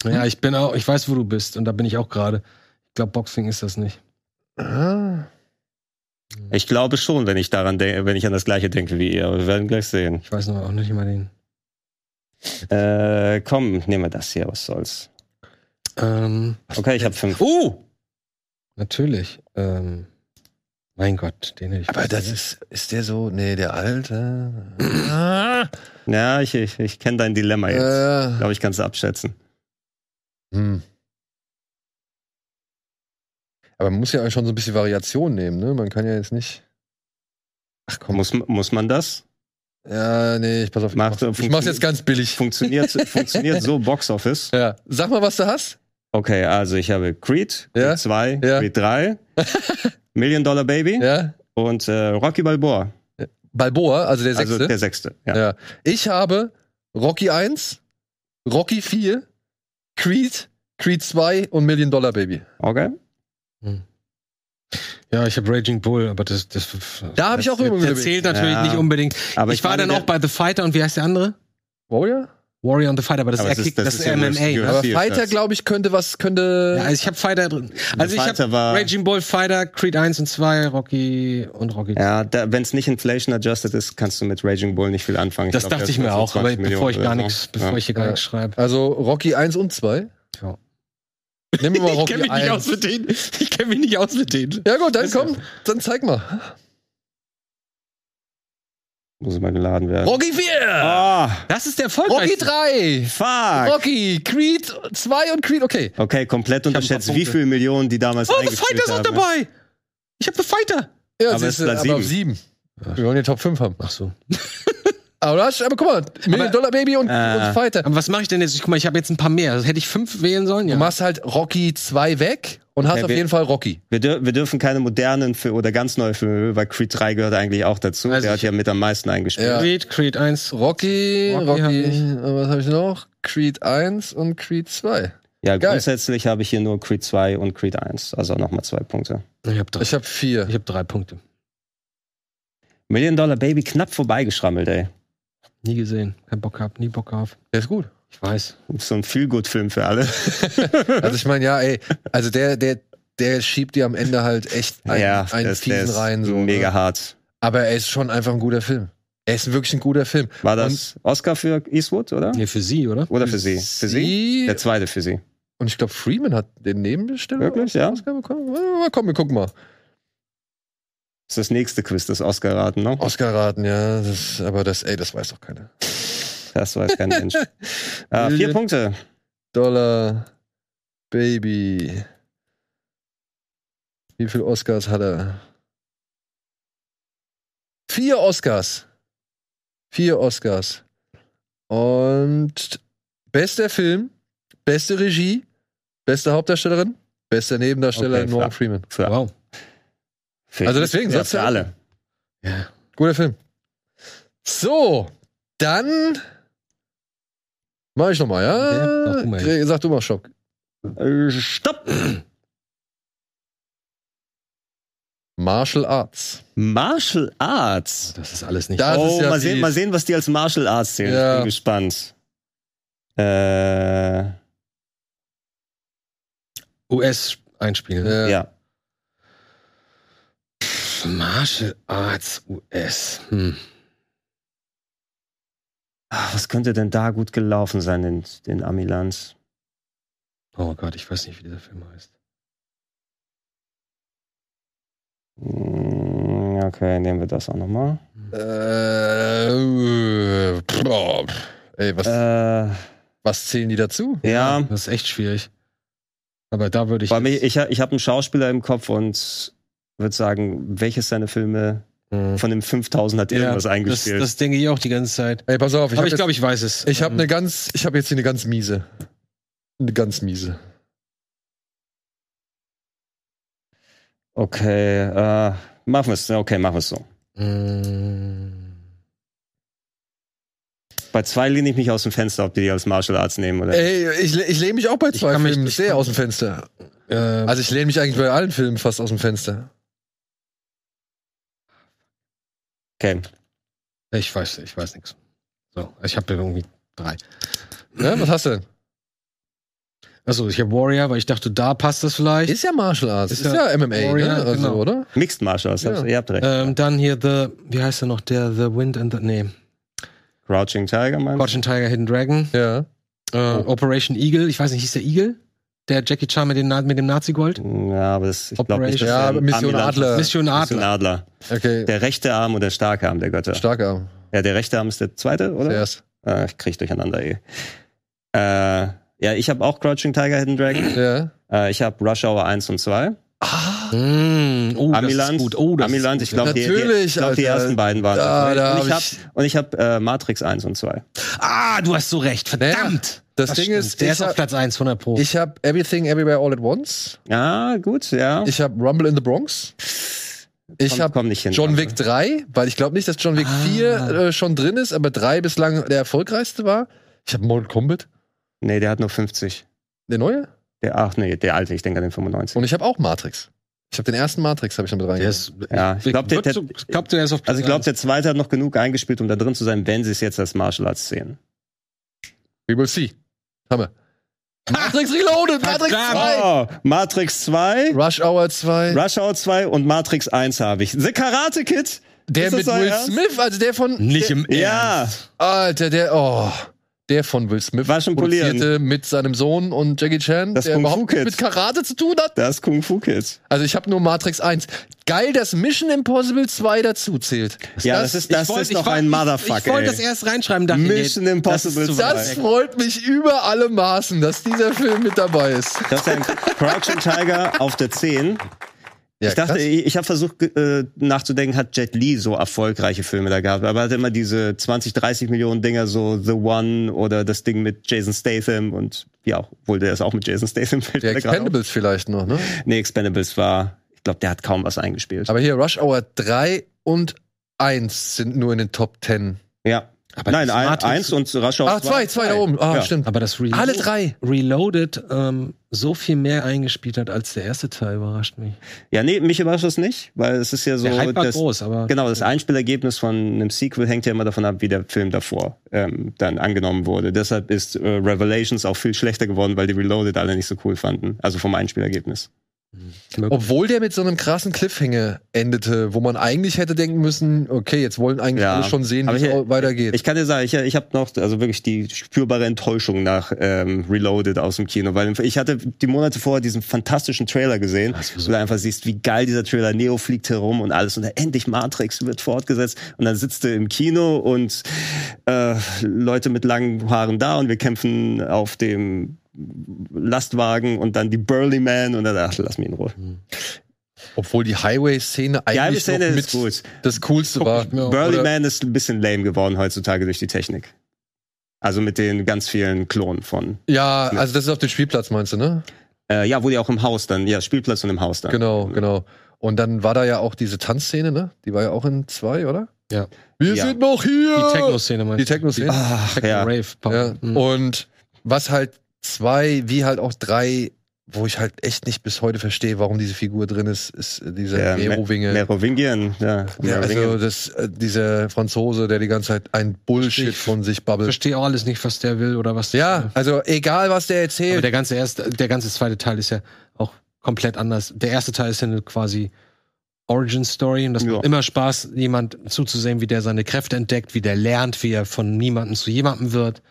Speaker 3: Mhm. Ja, ich bin auch, ich weiß, wo du bist und da bin ich auch gerade. Ich glaube, Boxing ist das nicht.
Speaker 1: Ah.
Speaker 2: Ich glaube schon, wenn ich daran denke, wenn ich an das gleiche denke wie ihr. Aber Wir werden gleich sehen.
Speaker 3: Ich weiß noch auch nicht mal den.
Speaker 2: Äh, komm, nehmen wir das hier, was soll's.
Speaker 3: Ähm,
Speaker 2: Okay, ich habe fünf.
Speaker 1: Uh!
Speaker 3: Oh! natürlich. Ähm, mein Gott, den hätte ich.
Speaker 1: Aber das ist, ist der so, nee, der alte. Ah,
Speaker 2: Ja, ich, ich, ich kenne dein Dilemma jetzt. Ich
Speaker 1: äh,
Speaker 2: glaube, ich kann es abschätzen.
Speaker 1: hm. Aber man muss ja schon so ein bisschen Variation nehmen, ne? Man kann ja jetzt nicht. Ach komm.
Speaker 2: Muss, muss man das?
Speaker 1: Ja, nee, ich pass auf. Ich,
Speaker 2: Macht-
Speaker 1: mach's, ich mach's jetzt ganz billig.
Speaker 2: Funktioniert, funktioniert so Box Office?
Speaker 1: Ja. Sag mal, was du hast.
Speaker 2: Okay, also ich habe Creed, Creed
Speaker 1: Ja.
Speaker 2: 2,
Speaker 1: Ja.
Speaker 2: Creed 3, Million Dollar Baby
Speaker 1: Ja.
Speaker 2: und äh, Rocky Balboa.
Speaker 1: Balboa, also der sechste.
Speaker 2: Also der sechste. Ja.
Speaker 1: ja. Ich habe Rocky 1, Rocky 4, Creed, Creed 2 und Million Dollar Baby.
Speaker 2: Okay.
Speaker 3: ja, ich habe Raging Bull, aber das. das
Speaker 1: Da habe ich auch
Speaker 3: das,
Speaker 1: überlegt.
Speaker 3: das zählt natürlich
Speaker 2: Ja.
Speaker 3: nicht unbedingt.
Speaker 2: Aber
Speaker 3: ich, war
Speaker 2: meine,
Speaker 3: dann auch bei The Fighter und wie heißt der andere?
Speaker 1: Warrior?
Speaker 3: Warrior and the Fighter, aber das
Speaker 2: Aber es
Speaker 3: ist, eher
Speaker 2: ist-
Speaker 3: Kick,
Speaker 2: das
Speaker 3: das
Speaker 2: ist
Speaker 3: ist
Speaker 2: ja
Speaker 3: MMA.
Speaker 2: nur-
Speaker 3: Ne?
Speaker 2: Ja,
Speaker 1: Aber
Speaker 2: viel
Speaker 1: Fighter,
Speaker 2: Platz.
Speaker 1: glaube ich, könnte was, könnte.
Speaker 3: Ja, also ich habe Fighter drin. Also ich
Speaker 2: Fighter
Speaker 3: habe
Speaker 2: war-
Speaker 3: Raging Bull, Fighter, Creed 1 und 2, Rocky und Rocky
Speaker 2: Ja, wenn es nicht inflation adjusted ist, kannst du mit Raging Bull nicht viel anfangen.
Speaker 3: Das
Speaker 2: glaub,
Speaker 3: dachte
Speaker 2: der
Speaker 3: ich
Speaker 2: ist
Speaker 3: mir
Speaker 2: so
Speaker 3: auch,
Speaker 2: 20
Speaker 3: aber bevor
Speaker 2: Millionen
Speaker 3: ich gar
Speaker 2: oder
Speaker 3: nichts,
Speaker 2: so.
Speaker 3: bevor ich hier gar
Speaker 1: Ja.
Speaker 3: nichts schreibe.
Speaker 1: also Rocky 1 und 2.
Speaker 3: Ja.
Speaker 1: Nehmen wir mal
Speaker 3: Ich
Speaker 1: Rocky
Speaker 3: kenne mich nicht
Speaker 1: 1.
Speaker 3: aus mit denen. Ich kenne mich nicht aus mit denen.
Speaker 1: Ja gut, dann
Speaker 3: Ist ja-
Speaker 1: komm, dann zeig mal.
Speaker 2: Muss immer geladen werden.
Speaker 1: Rocky 4!
Speaker 2: Oh,
Speaker 3: Das ist der
Speaker 1: Rocky
Speaker 3: erfolgreichste.
Speaker 1: 3!
Speaker 2: fuck!
Speaker 1: Rocky, Creed 2 und Creed, okay.
Speaker 2: Okay, komplett
Speaker 3: hab ein
Speaker 2: unterschätzt,
Speaker 3: paar
Speaker 2: wie
Speaker 3: Punkte.
Speaker 2: viele Millionen die damals
Speaker 3: Oh, The
Speaker 2: eingespielt
Speaker 3: Fighter ist auch
Speaker 2: haben.
Speaker 3: dabei. Ich habe The Fighter.
Speaker 1: Ja,
Speaker 2: Aber
Speaker 1: siehst
Speaker 2: es ist
Speaker 1: du,
Speaker 2: Platz
Speaker 1: aber auf 7. Wir wollen die Top 5 haben.
Speaker 3: Ach so.
Speaker 1: Aber, du hast, aber guck mal, Million Dollar Baby und,
Speaker 2: Ah.
Speaker 1: und Fighter.
Speaker 3: Aber was mache ich denn jetzt? Ich, guck mal, ich habe jetzt ein paar mehr. Also, hätte ich fünf wählen sollen?
Speaker 1: Du
Speaker 3: Ja.
Speaker 1: machst halt Rocky 2 weg und hast
Speaker 2: Ja,
Speaker 1: auf
Speaker 2: wir-
Speaker 1: jeden Fall Rocky.
Speaker 2: Wir, dür wir dürfen keine modernen Fil oder ganz neue Filme, weil Creed 3 gehört eigentlich auch dazu.
Speaker 3: Also
Speaker 2: Der
Speaker 3: ich-
Speaker 2: hat ja mit am meisten eingespielt.
Speaker 1: Ja.
Speaker 3: Creed, Creed 1.
Speaker 1: Rocky,
Speaker 3: Rocky
Speaker 1: Rocky,
Speaker 3: hab ich.
Speaker 1: äh, was habe ich noch? Creed 1 und Creed 2.
Speaker 2: Ja,
Speaker 1: Geil.
Speaker 2: grundsätzlich habe ich hier nur Creed 2 und Creed 1, also nochmal zwei Punkte.
Speaker 3: Ich habe drei.
Speaker 1: Ich habe vier.
Speaker 3: Ich habe drei Punkte.
Speaker 2: Million Dollar Baby knapp vorbeigeschrammelt, ey.
Speaker 3: Nie gesehen. Kein Bock gehabt, nie Bock gehabt.
Speaker 1: Der ist gut.
Speaker 3: Ich weiß.
Speaker 2: So ein Feel-Good-Film für alle.
Speaker 1: Also ich meine, ja, ey, also der, der, der schiebt dir am Ende halt echt einen, einen
Speaker 2: der ist- der
Speaker 1: fiesen
Speaker 2: ist
Speaker 1: rein. So,
Speaker 2: mega
Speaker 1: Ne?
Speaker 2: hart.
Speaker 1: Aber er ist schon einfach ein guter Film. Er ist wirklich ein guter Film.
Speaker 2: War das Oscar für Eastwood, oder?
Speaker 3: Nee, für sie, oder?
Speaker 2: Oder für sie? Für sie? Der zweite für sie.
Speaker 1: Und ich glaube, Freeman hat den Nebensteller
Speaker 2: Wirklich, ja?
Speaker 1: Oscar bekommen. Ah, Komm, wir gucken mal.
Speaker 2: Das ist das nächste Quiz, das Oscar-Raten, ne?
Speaker 1: Oscar raten, ja. Das, aber das, ey, das weiß doch keiner.
Speaker 2: Das weiß kein Mensch. Ah, vier Punkte.
Speaker 1: Dollar Baby. Wie viele Oscars hat er? Vier Oscars. Vier Oscars. Und bester Film, beste Regie, beste Hauptdarstellerin, bester Nebendarsteller
Speaker 2: Okay,
Speaker 1: Morgan
Speaker 2: klar.
Speaker 1: Freeman.
Speaker 2: Für,
Speaker 3: Wow.
Speaker 2: für
Speaker 1: Also deswegen
Speaker 2: ja,
Speaker 1: sollst du-
Speaker 2: für alle.
Speaker 3: Ja.
Speaker 1: Guter Film. So, dann mach ich nochmal,
Speaker 3: Okay,
Speaker 1: ja?
Speaker 3: mach du mal.
Speaker 1: Gre- Sag du mal Schock.
Speaker 2: Äh, Stopp!
Speaker 1: Martial Arts.
Speaker 2: Martial Arts.
Speaker 3: Das ist alles nicht.
Speaker 1: Da- Das
Speaker 2: oh,
Speaker 1: ist ja
Speaker 2: mal, sehen,
Speaker 1: fies.
Speaker 2: mal sehen, was die als Martial Arts zählen.
Speaker 1: Ja.
Speaker 2: Ich bin gespannt. Äh,
Speaker 3: US einspielen.
Speaker 1: Ja.
Speaker 2: ja.
Speaker 3: Martial Arts US. Hm.
Speaker 2: Ah, Was könnte denn da gut gelaufen sein in, in Amiland?
Speaker 3: Oh Gott, ich weiß nicht, wie dieser Film heißt.
Speaker 2: Hm, Okay, nehmen wir das auch nochmal.
Speaker 1: Äh, äh, pff, oh, pff. ey, was,
Speaker 2: Äh, ja,
Speaker 1: was zählen die dazu?
Speaker 2: ja
Speaker 3: Das ist echt schwierig. Aber da würde ich.
Speaker 2: weil mir-
Speaker 3: jetzt-
Speaker 2: ich, ich habe einen Schauspieler im Kopf und würde sagen, welches seiner Filme
Speaker 3: Hm.
Speaker 2: von dem 5000 hat irgendwas
Speaker 3: das,
Speaker 2: eingespielt.
Speaker 3: das denke ich auch die ganze Zeit.
Speaker 1: Ey, pass auf, ich
Speaker 3: Aber ich
Speaker 1: habe
Speaker 3: glaube, ich weiß es.
Speaker 1: ich hab ne-
Speaker 3: Ähm,
Speaker 1: eine ganz, ich habe jetzt hier eine ganz miese, eine ganz miese.
Speaker 2: okay, äh, machen wir es. Okay, machen wir es so.
Speaker 3: Mm.
Speaker 2: Bei zwei lehne ich mich aus dem Fenster, ob die die als Martial Arts nehmen oder
Speaker 1: Ey, ich, le- ich lehne mich auch bei
Speaker 3: Ich
Speaker 1: zwei
Speaker 3: kann mich-
Speaker 1: Filmen
Speaker 3: ich
Speaker 1: sehr
Speaker 3: kann-
Speaker 1: aus dem Fenster.
Speaker 3: Ähm,
Speaker 1: Also ich lehne mich eigentlich bei allen Filmen fast aus dem Fenster.
Speaker 2: Okay.
Speaker 3: ich weiß, ich weiß nichts. So, ich habe irgendwie drei.
Speaker 1: Ne? Was hast du denn?
Speaker 3: Achso, ich habe Warrior, weil ich dachte, da passt das vielleicht.
Speaker 1: Ist ja Martial Arts, ist,
Speaker 3: Ist
Speaker 1: ja,
Speaker 3: ja
Speaker 1: MMA,
Speaker 3: Warrior,
Speaker 1: ne? Also,
Speaker 3: genau.
Speaker 1: oder?
Speaker 2: Mixed Martial Arts,
Speaker 1: Ja.
Speaker 2: habt- ihr habt recht.
Speaker 3: Ähm, dann hier The, wie heißt der noch? Der The Wind and the, nee,
Speaker 2: Crouching Tiger, meinst
Speaker 3: Crouching Tiger, Hidden Dragon.
Speaker 1: Ja.
Speaker 3: Äh,
Speaker 2: Oh.
Speaker 3: Operation Eagle, ich weiß nicht, hieß der Eagle? Der Jackie Chan mit, den, Na- mit dem Nazi-Gold?
Speaker 2: du? Ja, aber das, ich glaube nicht,
Speaker 3: Operation-
Speaker 2: dass
Speaker 1: Ja,
Speaker 2: der
Speaker 1: Mission
Speaker 2: Amiland-
Speaker 1: Adler.
Speaker 3: Mission Adler.
Speaker 2: Mission Adler.
Speaker 1: Okay.
Speaker 2: Der rechte Arm und der starke Arm der Götter.
Speaker 1: Starker Arm.
Speaker 2: Ja, der rechte Arm ist der zweite, oder?
Speaker 1: Zuerst.
Speaker 2: Äh, ich krieg durcheinander eh. Äh, ja, ich habe auch Crouching Tiger, Hidden Dragon.
Speaker 1: Ja.
Speaker 2: Äh, ich habe Rush Hour 1 und 2.
Speaker 1: Uh,
Speaker 3: Mm,
Speaker 2: Amiland.
Speaker 3: oh, das ist gut. Oh, das
Speaker 2: Amiland,
Speaker 3: ist
Speaker 2: ich
Speaker 3: gut.
Speaker 2: glaube, die, die,
Speaker 1: Natürlich,
Speaker 2: ich glaub, die
Speaker 1: Alter.
Speaker 2: ersten beiden waren
Speaker 1: Da, da
Speaker 2: und ich
Speaker 1: hab
Speaker 2: habe
Speaker 1: ich-
Speaker 2: und ich hab, äh, Matrix 1 und 2.
Speaker 3: Ah, du hast so recht, verdammt.
Speaker 1: das Ding ist,
Speaker 3: der
Speaker 1: ich
Speaker 3: ist auf
Speaker 1: hab-
Speaker 3: Platz 1, 100 Pro.
Speaker 1: Ich habe Everything Everywhere All at Once.
Speaker 2: Ah, gut,
Speaker 3: Oh.
Speaker 2: ja.
Speaker 1: Ich habe Rumble in the Bronx. Ich
Speaker 2: Komm-
Speaker 1: habe
Speaker 2: komm nicht hin.
Speaker 1: John
Speaker 2: also.
Speaker 1: Wick 3, weil ich glaube nicht, dass John Wick
Speaker 3: Ah.
Speaker 1: 4 äh, schon drin ist, aber 3 bislang der erfolgreichste war. Ich habe Mortal Kombat,
Speaker 2: Nee, der hat nur 50.
Speaker 1: der neue.
Speaker 2: Der, ach nee, der alte, ich denke an den 95.
Speaker 1: Und ich habe auch Matrix. Ich habe den ersten Matrix, habe ich damit
Speaker 3: der
Speaker 1: reingegangen.
Speaker 3: ist,
Speaker 2: Ja, ich glaub, der-
Speaker 3: würd so- ich glaub, der ist auf Platz
Speaker 2: Also ich glaube,
Speaker 3: eins.
Speaker 2: der zweite hat noch genug eingespielt, um da drin zu sein, wenn sie es jetzt als Martial Arts sehen.
Speaker 1: We will see. Haben wir. Matrix Reloaded, Matrix
Speaker 3: Verdammt.
Speaker 1: 2.
Speaker 2: Oh, Matrix 2,
Speaker 1: Rush Hour 2.
Speaker 2: Rush Hour 2 und Matrix 1 habe ich. The Karate Kid?
Speaker 1: der
Speaker 2: Ist das
Speaker 1: mit
Speaker 2: euer
Speaker 1: Will
Speaker 2: Ernst?
Speaker 1: Smith, also der von.
Speaker 3: Nicht im
Speaker 2: Ja.
Speaker 3: Ernst.
Speaker 1: Alter, der. Oh. der von Will Smith
Speaker 2: War schon polieren.
Speaker 1: produzierte mit seinem Sohn und Jackie Chan,
Speaker 2: Das
Speaker 1: der
Speaker 2: Kung Fu
Speaker 1: überhaupt nichts
Speaker 2: Kid.
Speaker 1: mit Karate zu tun hat.
Speaker 2: Das Kung Fu Kids.
Speaker 1: Also ich habe nur Matrix 1. Geil, dass Mission Impossible 2 dazu zählt.
Speaker 2: Ja, das ist,
Speaker 3: Ich
Speaker 2: das
Speaker 3: wollt-
Speaker 2: ist
Speaker 3: ich
Speaker 2: noch
Speaker 3: wollt-
Speaker 2: ein
Speaker 3: ich-
Speaker 2: Motherfucker.
Speaker 3: Ich wollte
Speaker 2: ey.
Speaker 3: das erst reinschreiben, dachte
Speaker 2: Mission
Speaker 3: nee,
Speaker 2: Impossible
Speaker 3: das ist zu weit
Speaker 1: Das
Speaker 3: weg.
Speaker 1: freut mich über alle Maßen, dass dieser Film mit dabei ist.
Speaker 2: Das ist ein Crouching Tiger auf der 10.
Speaker 1: Ja,
Speaker 2: ich dachte,
Speaker 1: krass.
Speaker 2: ich, ich habe versucht äh, nachzudenken, hat Jet Li so erfolgreiche Filme da gehabt, aber er hat immer diese 20, 30 Millionen Dinger, so The One oder das Ding mit Jason Statham und ja, obwohl der ist auch mit Jason Statham fällt
Speaker 1: der
Speaker 2: mir gerade auf.
Speaker 1: Expendables vielleicht noch, ne?
Speaker 2: Nee, Expendables war, ich glaube, der hat kaum was eingespielt.
Speaker 1: Aber hier, Rush Hour 3 und 1 sind nur in den Top 10.
Speaker 2: ja.
Speaker 3: Aber
Speaker 2: Nein,
Speaker 3: das
Speaker 2: ein,
Speaker 3: Matrix-
Speaker 2: eins und Rush Hour
Speaker 1: Ah, zwei, zwei da oben. Ah,
Speaker 2: Ja.
Speaker 1: stimmt.
Speaker 3: Aber das Reload,
Speaker 1: Alle drei.
Speaker 3: Reloaded ähm, so viel mehr eingespielt hat als der erste Teil, überrascht mich.
Speaker 2: Ja, nee, mich überrascht das nicht, weil es ist ja so,
Speaker 3: der Hype war
Speaker 2: das,
Speaker 3: groß, aber
Speaker 2: Genau, das Einspielergebnis von einem Sequel hängt ja immer davon ab, wie der Film davor ähm, dann angenommen wurde. Deshalb ist äh, Revelations auch viel schlechter geworden, weil die Reloaded alle nicht so cool fanden. Also vom Einspielergebnis.
Speaker 1: Obwohl der mit so einem krassen Cliffhanger endete, wo man eigentlich hätte denken müssen, okay, jetzt wollen eigentlich
Speaker 2: Ja.
Speaker 1: alle schon sehen, wie
Speaker 2: Aber
Speaker 1: es
Speaker 2: hier-
Speaker 1: au- weitergeht.
Speaker 2: Ich kann dir sagen, ich, ich habe noch also wirklich die spürbare Enttäuschung nach ähm, Reloaded aus dem Kino, weil ich hatte die Monate vorher diesen fantastischen Trailer gesehen,
Speaker 3: Das war so-
Speaker 2: wo du einfach siehst, wie geil dieser Trailer, Neo fliegt herum und alles und dann endlich Matrix wird fortgesetzt und dann sitzt du im Kino und äh, Leute mit langen Haaren da und wir kämpfen auf dem Lastwagen und dann die Burly Man und dann, ach, lass mich in Ruhe.
Speaker 1: Obwohl die Highway-Szene
Speaker 2: Die halbe
Speaker 1: eigentlich
Speaker 2: Szene
Speaker 1: noch
Speaker 2: ist
Speaker 1: mit
Speaker 2: gut.
Speaker 1: das Coolste war.
Speaker 2: Burly
Speaker 1: Oder-
Speaker 2: Man ist ein bisschen lame geworden heutzutage durch die Technik. Also mit den ganz vielen Klonen von.
Speaker 1: Ja, also das ist auf dem Spielplatz, meinst du, ne?
Speaker 2: Äh, ja, wurde ja auch im Haus dann, ja, Spielplatz und im Haus dann.
Speaker 1: Genau, genau. Und dann war da ja auch diese Tanzszene, ne? Die war ja auch in zwei, oder?
Speaker 3: Ja.
Speaker 1: Wir
Speaker 2: Ja.
Speaker 1: sind noch hier!
Speaker 3: die Mhm. Techno-Szene meinst
Speaker 1: Die Techno-Szene.
Speaker 2: Ach, Ah, ja.
Speaker 3: Rave. Hm.
Speaker 1: Ja. Und was halt zwei, wie halt auch drei, wo ich halt echt nicht bis heute verstehe, warum diese Figur drin ist, ist dieser
Speaker 2: Ja,
Speaker 1: ja,
Speaker 2: Me-
Speaker 1: Merowinge.
Speaker 2: Merowingien, ja.
Speaker 1: ja, also
Speaker 2: Merowingien.
Speaker 1: das, äh, dieser Franzose, der die ganze Zeit ein Bullshit
Speaker 3: Ich-
Speaker 1: von sich babbelt.
Speaker 3: verstehe auch alles nicht, was der will oder was.
Speaker 1: Ja, also egal, was der
Speaker 3: der, aber
Speaker 1: erzählt.
Speaker 3: der ganze erste, der ganze zweite Teil ist ja auch komplett anders. Der erste Teil ist ja eine quasi Origin Story und das
Speaker 2: Ja.
Speaker 3: macht immer Spaß, jemand zuzusehen, wie der seine Kräfte entdeckt, wie der lernt, wie er von niemandem zu jemandem wird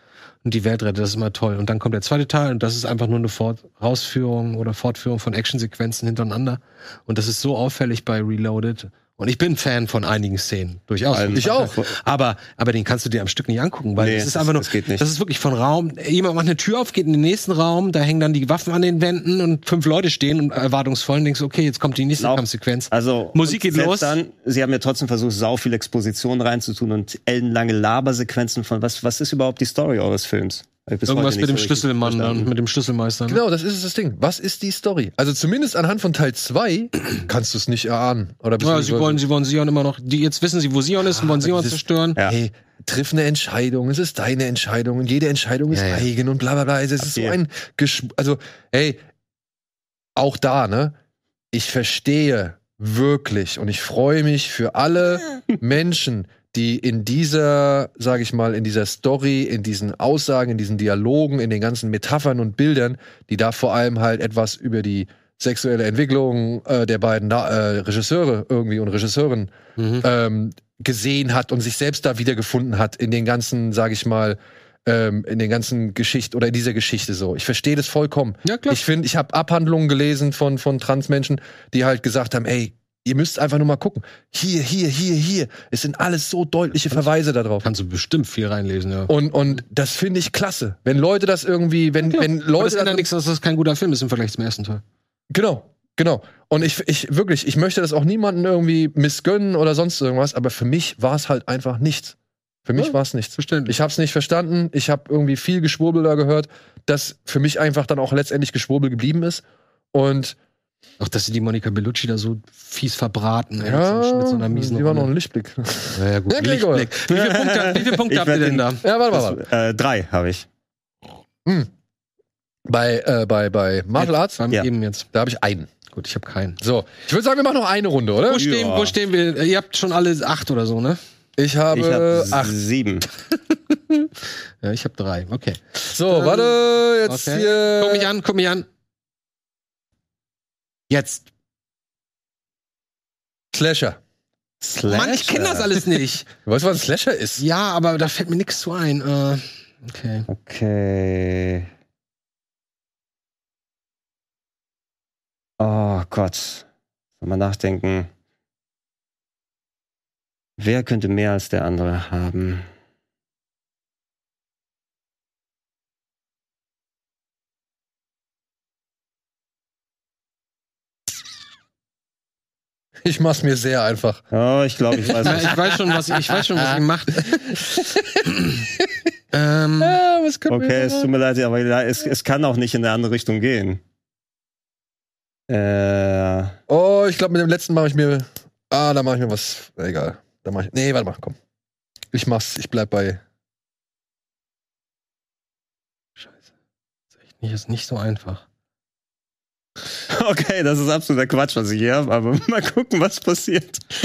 Speaker 3: und die Welt rettet. Das ist immer toll. Und dann kommt der zweite Teil und das ist einfach nur eine Fort Rausführung oder Fortführung von Actionsequenzen hintereinander. Und das ist so auffällig bei Reloaded. Und ich bin Fan von einigen Szenen, durchaus.
Speaker 2: Allem-
Speaker 1: Ich auch.
Speaker 3: Aber, aber den kannst du dir am Stück nicht angucken, weil
Speaker 2: Nee,
Speaker 3: das ist
Speaker 2: das-
Speaker 3: einfach nur,
Speaker 2: das geht nicht.
Speaker 3: das ist wirklich von Raum, jemand macht eine Tür auf, geht in den nächsten Raum, da hängen dann die Waffen an den Wänden und fünf Leute stehen und erwartungsvoll und denkst, okay, jetzt kommt die nächste
Speaker 2: Auch-
Speaker 3: Kampfsequenz.
Speaker 2: Genau. Also
Speaker 3: Musik
Speaker 2: und
Speaker 3: geht
Speaker 2: selbst
Speaker 3: los.
Speaker 2: Dann, sie haben ja trotzdem versucht, sau viel Exposition reinzutun und ellenlange Labersequenzen von was, was ist überhaupt die Story eures Films? Hab ich bis
Speaker 3: Irgendwas
Speaker 2: heute
Speaker 3: mit
Speaker 2: nicht
Speaker 3: dem
Speaker 2: so richtig
Speaker 3: Schlüsselmann dann,
Speaker 2: verstanden.
Speaker 3: mit dem Schlüsselmeister. ne?
Speaker 1: Genau, das ist das Ding. Was ist die Story? Also zumindest anhand von Teil zwei kannst du es nicht erahnen. Oder
Speaker 3: Ja, sie wollen, sie wollen Sion immer noch, die, jetzt wissen sie, wo Sion ist und wollen Sion
Speaker 1: dieses-
Speaker 3: zerstören.
Speaker 2: Ja.
Speaker 1: hey, triff eine Entscheidung, es ist deine Entscheidung und jede Entscheidung ist
Speaker 3: Ja, ja.
Speaker 1: eigen und bla bla bla. Also, Es ist so
Speaker 2: Okay.
Speaker 1: ein Gesch Also, hey, auch da, ne? Ich verstehe wirklich und ich freue mich für alle Menschen, die in dieser, sage ich mal, in dieser Story, in diesen Aussagen, in diesen Dialogen, in den ganzen Metaphern und Bildern, die da vor allem halt etwas über die sexuelle Entwicklung äh, der beiden Na äh, Regisseure irgendwie und Regisseurinnen
Speaker 3: Mhm.
Speaker 1: ähm, gesehen hat und sich selbst da wiedergefunden hat in den ganzen, sage ich mal, ähm, in den ganzen Geschichten oder in dieser Geschichte so. Ich verstehe das vollkommen.
Speaker 3: Ja, klar.
Speaker 1: Ich finde, ich habe Abhandlungen gelesen von, von Transmenschen, die halt gesagt haben, ey, ihr müsst einfach nur mal gucken. Hier, hier, hier, hier. Es sind alles so deutliche Verweise darauf.
Speaker 3: Kannst du bestimmt viel reinlesen, ja.
Speaker 1: Und, und das finde ich klasse. Wenn Leute das irgendwie, wenn, wenn
Speaker 3: Aber das
Speaker 1: Leute
Speaker 3: ändert nichts, dass das kein guter Film ist im Vergleich zum ersten Teil.
Speaker 1: Genau, genau. Und ich, ich wirklich, ich möchte das auch niemanden irgendwie missgönnen oder sonst irgendwas, aber für mich war es halt einfach nichts. Für mich
Speaker 3: Ja.
Speaker 1: war es nichts.
Speaker 3: Verständlich.
Speaker 1: Ich habe es nicht verstanden. Ich habe irgendwie viel Geschwurbel da gehört, das für mich einfach dann auch letztendlich Geschwurbel geblieben ist. Und
Speaker 3: Auch, dass sie die Monika Bellucci da so fies verbraten, ey,
Speaker 1: ja,
Speaker 3: mit so- mit so einer miesen
Speaker 1: die war noch
Speaker 3: Rolle.
Speaker 1: ein Lichtblick.
Speaker 3: Ja, ja, gut.
Speaker 1: Ja, Gregor.
Speaker 3: Lichtblick. Wie viele Punkte, wie viele Punkte
Speaker 2: Ich
Speaker 3: habt ihr
Speaker 2: werd
Speaker 3: denn
Speaker 2: den-
Speaker 3: da?
Speaker 1: Ja, warte, warte, warte.
Speaker 2: Das, äh, drei habe ich.
Speaker 1: Bei, äh, bei, bei Marvel Arts,
Speaker 3: Beim
Speaker 2: Ja.
Speaker 3: eben jetzt.
Speaker 1: da habe ich einen.
Speaker 3: Gut, ich habe keinen.
Speaker 1: So, ich würde sagen, wir machen noch eine Runde,
Speaker 3: Wo
Speaker 1: oder?
Speaker 3: stehen,
Speaker 2: Ja.
Speaker 3: wo stehen wir? Ihr habt schon alle acht oder so, ne?
Speaker 1: Ich
Speaker 2: Ich
Speaker 1: habe
Speaker 2: habe
Speaker 1: acht.
Speaker 2: sieben.
Speaker 3: Ja, ich habe drei. Okay.
Speaker 1: So, warte, jetzt
Speaker 3: Okay.
Speaker 1: hier.
Speaker 3: Guck mich an, guck mich an. Jetzt.
Speaker 1: Slasher.
Speaker 2: Slasher.
Speaker 3: Mann, ich kenne das alles nicht.
Speaker 1: Weißt du, was ein Slasher ist?
Speaker 3: ja, aber da fällt mir nichts zu ein. Äh, Okay.
Speaker 2: Okay. Oh Gott. Soll mal nachdenken. Wer könnte mehr als der andere haben?
Speaker 1: Ich mach's mir sehr einfach.
Speaker 2: Oh, ich glaube, ich weiß
Speaker 3: Ja,
Speaker 2: es.
Speaker 3: ich weiß schon, was ich weiß schon, was ihr macht. ähm,
Speaker 1: Ah, was können
Speaker 2: Hm. Okay, es
Speaker 1: wir
Speaker 2: tut mir leid, aber ja, es, es kann auch nicht in eine andere Richtung gehen. Äh,
Speaker 1: Oh, ich glaube, mit dem letzten mache ich mir. Ah, da mache ich mir was. Egal. Da mach ich. Nee, warte mal, komm. Ich mach's. Ich bleib bei.
Speaker 3: Scheiße. Das ist echt nicht, ist nicht so einfach.
Speaker 2: okay, das ist absoluter Quatsch, was ich hier habe, aber mal gucken, was passiert.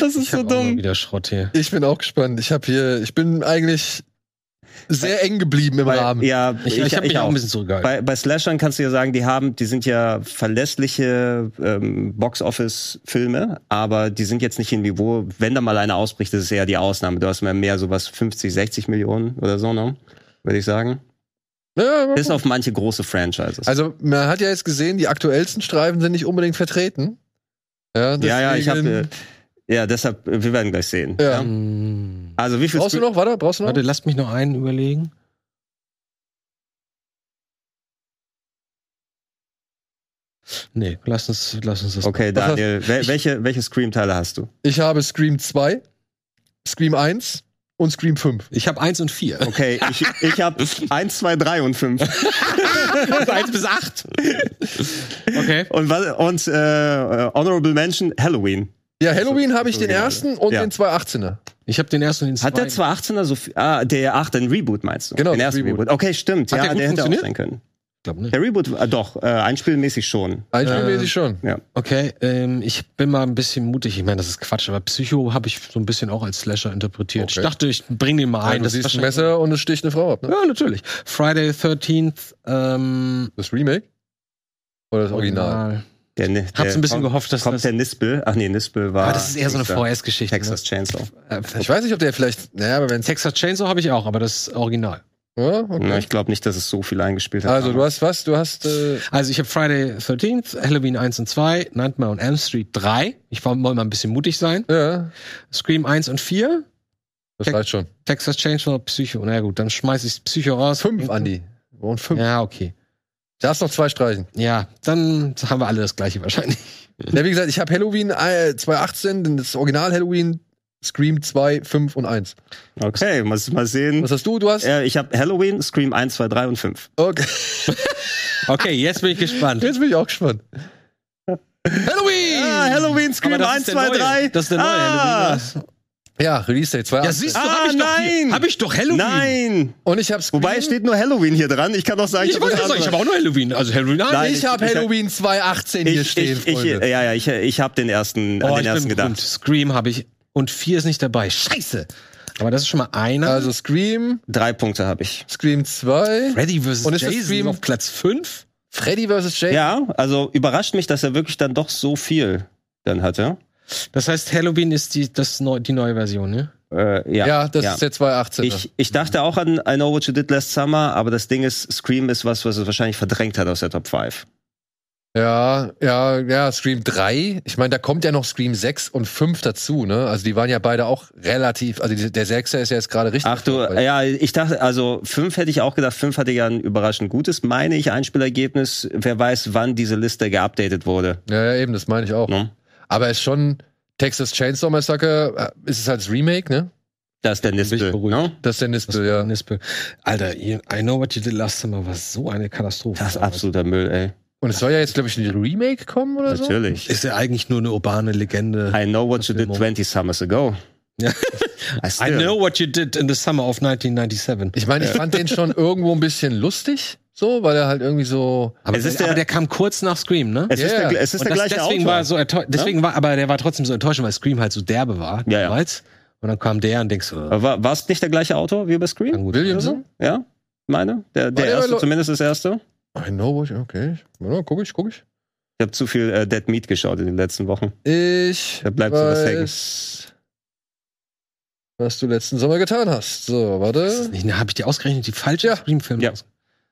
Speaker 2: das ist
Speaker 3: Ich
Speaker 2: so
Speaker 3: hab auch mal
Speaker 2: dumm.
Speaker 3: wieder Schrott hier.
Speaker 1: Ich bin auch gespannt. Ich habe hier. Ich bin eigentlich sehr eng geblieben im
Speaker 2: Weil,
Speaker 1: Rahmen.
Speaker 2: ja,
Speaker 3: Ich, ich, hab mich auch ein bisschen zurückgehalten.
Speaker 2: Bei, bei Slashern kannst du ja sagen, die haben, die sind ja verlässliche ähm, Box-Office-Filme, aber die sind jetzt nicht im Niveau, wenn da mal einer ausbricht, das ist eher die Ausnahme. Du hast mal mehr sowas 50, 60 Millionen oder so, ne? Würde ich sagen.
Speaker 1: Ja,
Speaker 2: Bis auf manche große Franchises.
Speaker 1: Also, man hat ja jetzt gesehen, die aktuellsten Streifen sind nicht unbedingt vertreten. Ja,
Speaker 2: ja, ja, ich äh,
Speaker 1: deswegen-
Speaker 2: habe ja, deshalb, äh, wir werden gleich sehen.
Speaker 1: Ja.
Speaker 3: Hm.
Speaker 2: Also wie viel
Speaker 1: Brauchst du noch? Warte, brauchst du noch?
Speaker 3: Warte, lasst mich noch einen überlegen. Nee, lass uns, lass uns das.
Speaker 2: Okay,
Speaker 1: Was hast-
Speaker 2: Daniel, wel, welche, welche Scream-Teile hast du?
Speaker 1: Ich habe Scream 2, Scream 1 und Scream 5.
Speaker 3: Ich habe eins und vier.
Speaker 2: Okay, ich, ich habe eins, zwei, drei und fünf.
Speaker 3: Also eins bis acht. Okay.
Speaker 2: Und, was- und äh, äh, Honorable Mention Halloween.
Speaker 1: Ja, Halloween habe ich
Speaker 2: das
Speaker 1: den
Speaker 2: Original.
Speaker 1: ersten und
Speaker 2: Also, Ja.
Speaker 1: den 218er.
Speaker 3: Ich habe den ersten und den
Speaker 2: Hat
Speaker 3: zweiten.
Speaker 2: der 2018er so viel? Ah, der ach, den Reboot meinst du?
Speaker 1: Genau,
Speaker 2: den
Speaker 1: das
Speaker 2: ersten
Speaker 1: Reboot.
Speaker 2: Reboot. Okay, stimmt.
Speaker 3: Hat
Speaker 2: ja,
Speaker 3: der
Speaker 2: der,
Speaker 3: gut
Speaker 2: hätte auch
Speaker 3: funktioniert?
Speaker 2: sein können.
Speaker 3: Glaub ne? nicht.
Speaker 2: Der Reboot, äh, doch, äh, einspielmäßig schon.
Speaker 1: Einspielmäßig
Speaker 3: Äh,
Speaker 1: schon.
Speaker 3: Okay, ähm, ich bin mal ein bisschen mutig. Ich meine, das ist Quatsch, aber Psycho habe ich so ein bisschen auch als Slasher interpretiert.
Speaker 1: Okay.
Speaker 3: Ich dachte, ich bring den mal ein.
Speaker 1: Nein, Ah, du
Speaker 3: das ist
Speaker 1: siehst ein
Speaker 3: wahrscheinlich-
Speaker 1: Messer und es sticht eine Frau ab. Ne?
Speaker 3: Ja, natürlich. Friday 13th, ähm,
Speaker 1: Das Remake? Oder
Speaker 3: Oh
Speaker 1: das Original?
Speaker 2: Der, ne-
Speaker 3: Hab's
Speaker 2: der
Speaker 3: ein bisschen
Speaker 2: kommt,
Speaker 3: gehofft, dass
Speaker 2: kommt
Speaker 3: das.
Speaker 2: der Nispel. Ach nee, Nispel war.
Speaker 3: Ah, das ist eher so eine
Speaker 2: Texas-
Speaker 3: VS-Geschichte. Ne?
Speaker 2: Texas Chainsaw.
Speaker 3: Äh,
Speaker 1: Ich weiß nicht, ob der vielleicht. Naja, aber wenn es.
Speaker 3: Texas Chainsaw habe ich auch, aber das Original.
Speaker 1: Ja, okay.
Speaker 2: Na, Ne, ich glaube nicht, dass es so viel eingespielt hat.
Speaker 1: Also, du
Speaker 2: Aber-
Speaker 1: hast was? Du hast. Äh,
Speaker 3: Also ich habe Friday 13th, Halloween 1 und 2, Nightmare on Elm Street 3. Ich wollte mal ein bisschen mutig sein.
Speaker 1: ja,
Speaker 3: Scream 1 und 4,
Speaker 1: das
Speaker 3: Check.
Speaker 1: reicht schon.
Speaker 3: Texas Chainsaw, Psycho. Na gut, dann schmeiß ich Psycho raus.
Speaker 1: Fünf, Andi. Und fünf.
Speaker 3: Ja, okay.
Speaker 1: Da hast noch zwei Streichen.
Speaker 3: Ja, dann haben wir alle das gleiche wahrscheinlich.
Speaker 1: Ja, wie gesagt, ich habe Halloween äh, 2018, dann das Original Halloween, Scream 2, 5 und 1.
Speaker 2: Okay, mal, mal sehen.
Speaker 1: Was hast du? Du hast.
Speaker 2: Äh, ich habe Halloween, Scream 1, 2, 3 und 5.
Speaker 1: Okay.
Speaker 3: Okay, jetzt bin ich gespannt.
Speaker 1: Jetzt bin ich auch gespannt.
Speaker 3: Halloween!
Speaker 2: Ah, Halloween, Scream
Speaker 3: Hm. Aber
Speaker 2: 1,
Speaker 3: das ist der
Speaker 2: 2,
Speaker 3: neue.
Speaker 2: 3.
Speaker 3: Das ist der neue
Speaker 2: ah,
Speaker 3: Halloween. oder?
Speaker 1: Ja, Release Day 2.
Speaker 3: Ja, siehst du,
Speaker 2: Ah,
Speaker 3: hab ich doch
Speaker 2: nein!
Speaker 3: hier- hab ich doch Halloween.
Speaker 2: Nein!
Speaker 1: Und ich hab's.
Speaker 2: Wobei es steht nur Halloween hier dran. Ich kann auch sagen,
Speaker 3: Ich
Speaker 2: hab
Speaker 3: wollte
Speaker 2: das
Speaker 3: ja sagen, ich habe
Speaker 2: andere.
Speaker 3: auch nur Halloween. Also Halloween 1.
Speaker 2: Nein,
Speaker 1: ich habe
Speaker 2: ich- ich-
Speaker 1: Halloween 218 hier
Speaker 2: ich,
Speaker 1: stehen,
Speaker 2: ich, ich,
Speaker 1: Freunde.
Speaker 2: Ja, ja, ich, ich habe den ersten,
Speaker 3: Oh,
Speaker 2: an
Speaker 3: ich
Speaker 2: den ersten
Speaker 3: bin berühmt.
Speaker 2: gedacht.
Speaker 3: Scream habe ich und vier ist nicht dabei. Scheiße. Aber das ist schon mal einer.
Speaker 1: also Scream,
Speaker 2: Drei Punkte habe ich.
Speaker 1: Scream 2,
Speaker 3: Freddy vs.
Speaker 1: Und ist das
Speaker 3: Jason
Speaker 1: Scream-
Speaker 3: auf Platz 5.
Speaker 1: Freddy vs. Jason.
Speaker 2: Ja, also überrascht mich, dass er wirklich dann doch so viel dann hatte.
Speaker 3: Das heißt, Halloween ist die, das neu, die neue Version, ne?
Speaker 2: Äh, ja.
Speaker 1: Ja, das ist der 218.
Speaker 2: ich, ich dachte auch an I Know What You Did Last Summer, aber das Ding ist, Scream ist was, was es wahrscheinlich verdrängt hat aus der Top 5.
Speaker 1: Ja, ja, ja, Scream 3. Ich meine, da kommt ja noch Scream 6 und 5 dazu, ne? Also die waren ja beide auch relativ, also die, der 6er ist ja jetzt gerade richtig.
Speaker 2: Ach du, äh, ja, ich dachte, also 5 hätte ich auch gedacht, 5 hatte ja ein überraschend gutes, meine ich, Einspielergebnis. Wer weiß, wann diese Liste geupdatet wurde.
Speaker 1: ja, ja, eben, das meine ich auch.
Speaker 2: Ne?
Speaker 1: Aber ist schon Texas Chainsaw Massacre, äh, ist es halt das Remake, ne?
Speaker 2: Das ist der
Speaker 3: ich
Speaker 2: Nispel.
Speaker 3: beruhigt.
Speaker 2: Ne?
Speaker 1: Das ist der
Speaker 3: Das
Speaker 1: Nispel, ja.
Speaker 3: Nispel. Alter, I I know what you did last summer war so eine Katastrophe.
Speaker 2: Das ist absoluter Müll, ey.
Speaker 1: Und es soll ja jetzt, glaube ich, ein Remake kommen oder so?
Speaker 2: Natürlich.
Speaker 3: Ist ja eigentlich nur eine urbane Legende.
Speaker 2: I know what you did
Speaker 3: Verfilmung.
Speaker 2: 20 summers ago.
Speaker 3: Ja.
Speaker 2: I
Speaker 3: I
Speaker 2: still.
Speaker 3: know what you did in the summer of 1997.
Speaker 1: Ich meine, ich fand den schon irgendwo ein bisschen lustig, so, weil er halt irgendwie so.
Speaker 3: Aber,
Speaker 2: Es ist
Speaker 3: der,
Speaker 2: der-
Speaker 3: aber der kam kurz nach Scream, ne?
Speaker 2: Es ist
Speaker 1: Yeah.
Speaker 2: der, es ist
Speaker 3: Und
Speaker 2: der
Speaker 3: das-
Speaker 2: gleiche
Speaker 3: deswegen
Speaker 2: Autor.
Speaker 3: war er so enttäuscht. Deswegen war, aber der war trotzdem so enttäuschend, weil Scream halt so derbe war
Speaker 2: Ja, ja.
Speaker 3: damals. Und dann kam der und denkst so, äh,
Speaker 2: war, war es nicht der gleiche Autor wie bei Scream?
Speaker 3: kann gut
Speaker 1: Williamson?
Speaker 2: Ja, meine. Der, der
Speaker 1: der bei
Speaker 2: erste,
Speaker 1: Lo-
Speaker 2: zumindest das erste.
Speaker 1: I know what, okay. Ja, guck ich, guck ich.
Speaker 2: Ich habe zu viel äh, Dead Meat geschaut in den letzten Wochen.
Speaker 1: Ich.
Speaker 2: Da bleibt sowas hängen.
Speaker 1: weiß, was du letzten Sommer getan hast. So, warte.
Speaker 3: Habe ich dir ausgerechnet die falsche
Speaker 1: Ja.
Speaker 3: Scream-Film?
Speaker 2: Hm. Ja.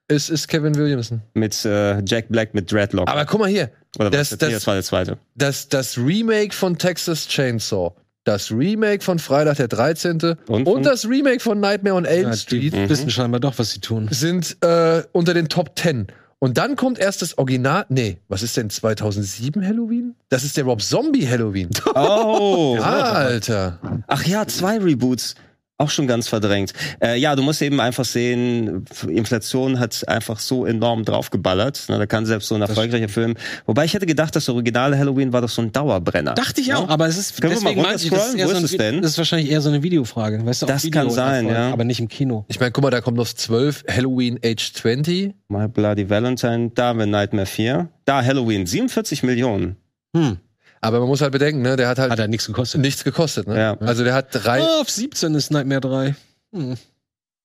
Speaker 1: Es ist Kevin Williamson.
Speaker 2: Mit äh, Jack Black mit Dreadlock.
Speaker 1: Aber guck mal hier,
Speaker 2: Oder
Speaker 1: das-
Speaker 2: was?
Speaker 1: das-
Speaker 2: nee, das war der zweite.
Speaker 1: das, das Remake von Texas Chainsaw, das Remake von Freitag der 13.
Speaker 2: Und,
Speaker 1: und das Remake von Nightmare on Elm
Speaker 3: Ja, Ah, die
Speaker 1: Street
Speaker 2: Mhm.
Speaker 3: wissen scheinbar doch, was sie tun.
Speaker 1: sind äh, unter den Top 10. Und dann kommt erst das Original. Nee, was ist denn 2007 Halloween? Das ist der Rob Zombie Halloween.
Speaker 2: Oh!
Speaker 1: Alter.
Speaker 2: Ach ja, zwei Reboots. Auch schon ganz verdrängt. Äh, ja, du musst eben einfach sehen, Inflation hat einfach so enorm draufgeballert. Na, da kann selbst so ein erfolgreicher Film. Wobei ich hätte gedacht, das originale Halloween war doch so ein Dauerbrenner. ne?
Speaker 3: Dachte ich auch,
Speaker 2: Ja?
Speaker 3: aber es ist
Speaker 2: Können wir mal
Speaker 3: meinte ich, das
Speaker 2: runterscrollen?
Speaker 3: eher
Speaker 2: Wo
Speaker 3: so
Speaker 2: ist
Speaker 3: ein
Speaker 2: es
Speaker 3: Vi-
Speaker 2: denn?
Speaker 3: Das ist wahrscheinlich eher so eine Videofrage, weißt du? auf
Speaker 2: Das kann sein,
Speaker 3: Erfolg,
Speaker 2: ja.
Speaker 3: Aber nicht im Kino.
Speaker 1: Ich meine, guck mal, da kommt noch 12 Halloween Age 20.
Speaker 2: My Bloody Valentine, da haben wir Nightmare 4. Da Halloween, 47 Millionen.
Speaker 3: Hm.
Speaker 1: Aber man muss halt bedenken, ne, der hat halt
Speaker 3: Hat er nichts gekostet.
Speaker 1: nichts gekostet, ne?
Speaker 2: Ja.
Speaker 1: Also der hat drei.
Speaker 3: Oh, auf 17 ist Nightmare 3. Hm.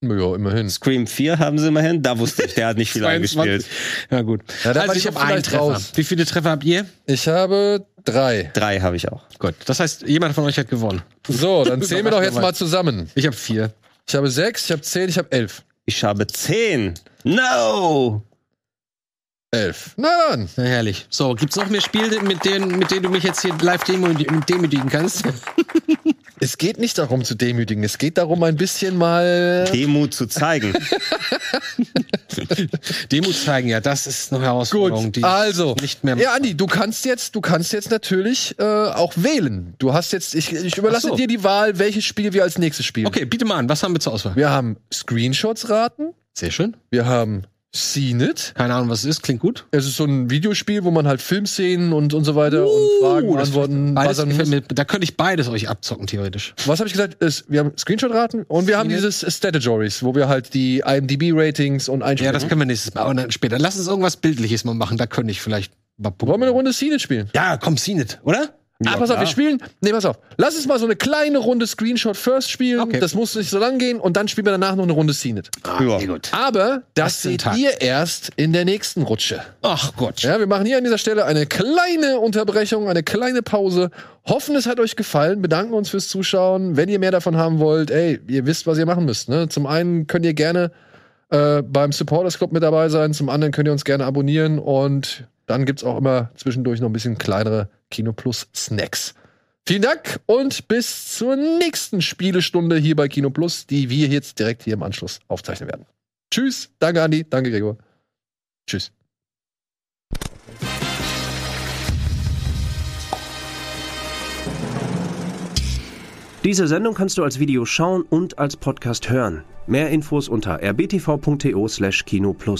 Speaker 1: Ja, immerhin.
Speaker 2: Scream 4 haben sie immerhin, da wusste ich, der hat nicht viel
Speaker 3: 22.
Speaker 2: eingespielt.
Speaker 3: Ja, gut.
Speaker 1: Ja, da war
Speaker 3: also
Speaker 1: ich
Speaker 3: ich habe
Speaker 1: doch
Speaker 3: einen
Speaker 1: vielleicht
Speaker 3: Treffer.
Speaker 1: raus.
Speaker 3: Wie viele Treffer habt ihr?
Speaker 1: Ich habe drei.
Speaker 2: Drei habe ich auch.
Speaker 3: Gut. Das heißt, jemand von euch hat gewonnen.
Speaker 1: So, dann zählen wir doch jetzt mal zusammen.
Speaker 3: Ich habe vier.
Speaker 1: Ich habe sechs, ich habe zehn, ich habe elf.
Speaker 2: Ich habe 10. No!
Speaker 1: Elf. Na dann.
Speaker 3: Na, herrlich. So, gibt's noch mehr Spiele, mit denen, mit denen du mich jetzt hier live demo demütigen kannst?
Speaker 1: Es geht nicht darum zu demütigen, es geht darum ein bisschen mal.
Speaker 2: Demut zu zeigen.
Speaker 3: Demut zeigen, ja, das ist eine Herausforderung,
Speaker 1: Gut,
Speaker 3: die
Speaker 1: also.
Speaker 3: nicht mehr.
Speaker 1: Ja, Andi, du kannst jetzt, du kannst jetzt natürlich äh, auch wählen. Du hast jetzt, ich, ich überlasse
Speaker 3: Ach so.
Speaker 1: dir die Wahl, welches Spiel wir als nächstes spielen.
Speaker 3: Okay, biete mal an, was haben wir zur Auswahl?
Speaker 1: Wir haben Screenshots raten,
Speaker 3: Sehr schön.
Speaker 1: wir haben Seen It.
Speaker 3: Keine Ahnung, was es ist, klingt gut.
Speaker 1: Es ist so ein Videospiel, wo man halt Filmszenen und, und so weiter und
Speaker 3: Uh,
Speaker 1: Fragen,
Speaker 3: das-
Speaker 1: Antworten,
Speaker 3: Beides
Speaker 1: buzzern
Speaker 3: gefällt
Speaker 1: muss.
Speaker 3: mir, da könnte ich beides euch abzocken, theoretisch.
Speaker 1: Was habe ich gesagt? Ist, wir haben Screenshot raten und wir haben
Speaker 3: Seen It.
Speaker 1: dieses Statajories, wo wir halt die IMDb Ratings und
Speaker 3: Ja,
Speaker 1: Einspielungen.
Speaker 3: das können wir nächstes Mal. Und dann später. Lass uns irgendwas Bildliches mal machen, da könnte ich vielleicht mal punkten.
Speaker 1: Wollen wir eine Runde Seen It spielen?
Speaker 3: Ja, komm, Zenit, oder?
Speaker 1: ah, pass auf,
Speaker 2: klar.
Speaker 1: wir spielen. Nee, pass auf. Lass uns mal so eine kleine Runde Screenshot First spielen.
Speaker 3: Okay.
Speaker 1: Das muss nicht so lang gehen und dann spielen wir danach noch eine Runde Seen It.
Speaker 3: Ah,
Speaker 2: Ja.
Speaker 3: sehr gut.
Speaker 1: Aber das
Speaker 3: Was für ein
Speaker 1: seht
Speaker 3: Tag.
Speaker 1: ihr erst in der nächsten Rutsche.
Speaker 3: Ach Gott.
Speaker 1: Ja, wir machen hier an dieser Stelle eine kleine Unterbrechung, eine kleine Pause. Hoffen, es hat euch gefallen. Bedanken uns fürs Zuschauen. Wenn ihr mehr davon haben wollt, ey, ihr wisst, was ihr machen müsst. Ne? Zum einen könnt ihr gerne äh, beim Supporters Club mit dabei sein. Zum anderen könnt ihr uns gerne abonnieren. Und dann gibt's auch immer zwischendurch noch ein bisschen kleinere Kino Plus Snacks. Vielen Dank und bis zur nächsten Spielestunde hier bei Kino Plus, die wir jetzt direkt hier im Anschluss aufzeichnen werden. Tschüss, danke Andi, danke Gregor. Tschüss.
Speaker 4: Diese Sendung kannst du als Video schauen und als Podcast hören. Mehr Infos unter rbtv.to/kino plus.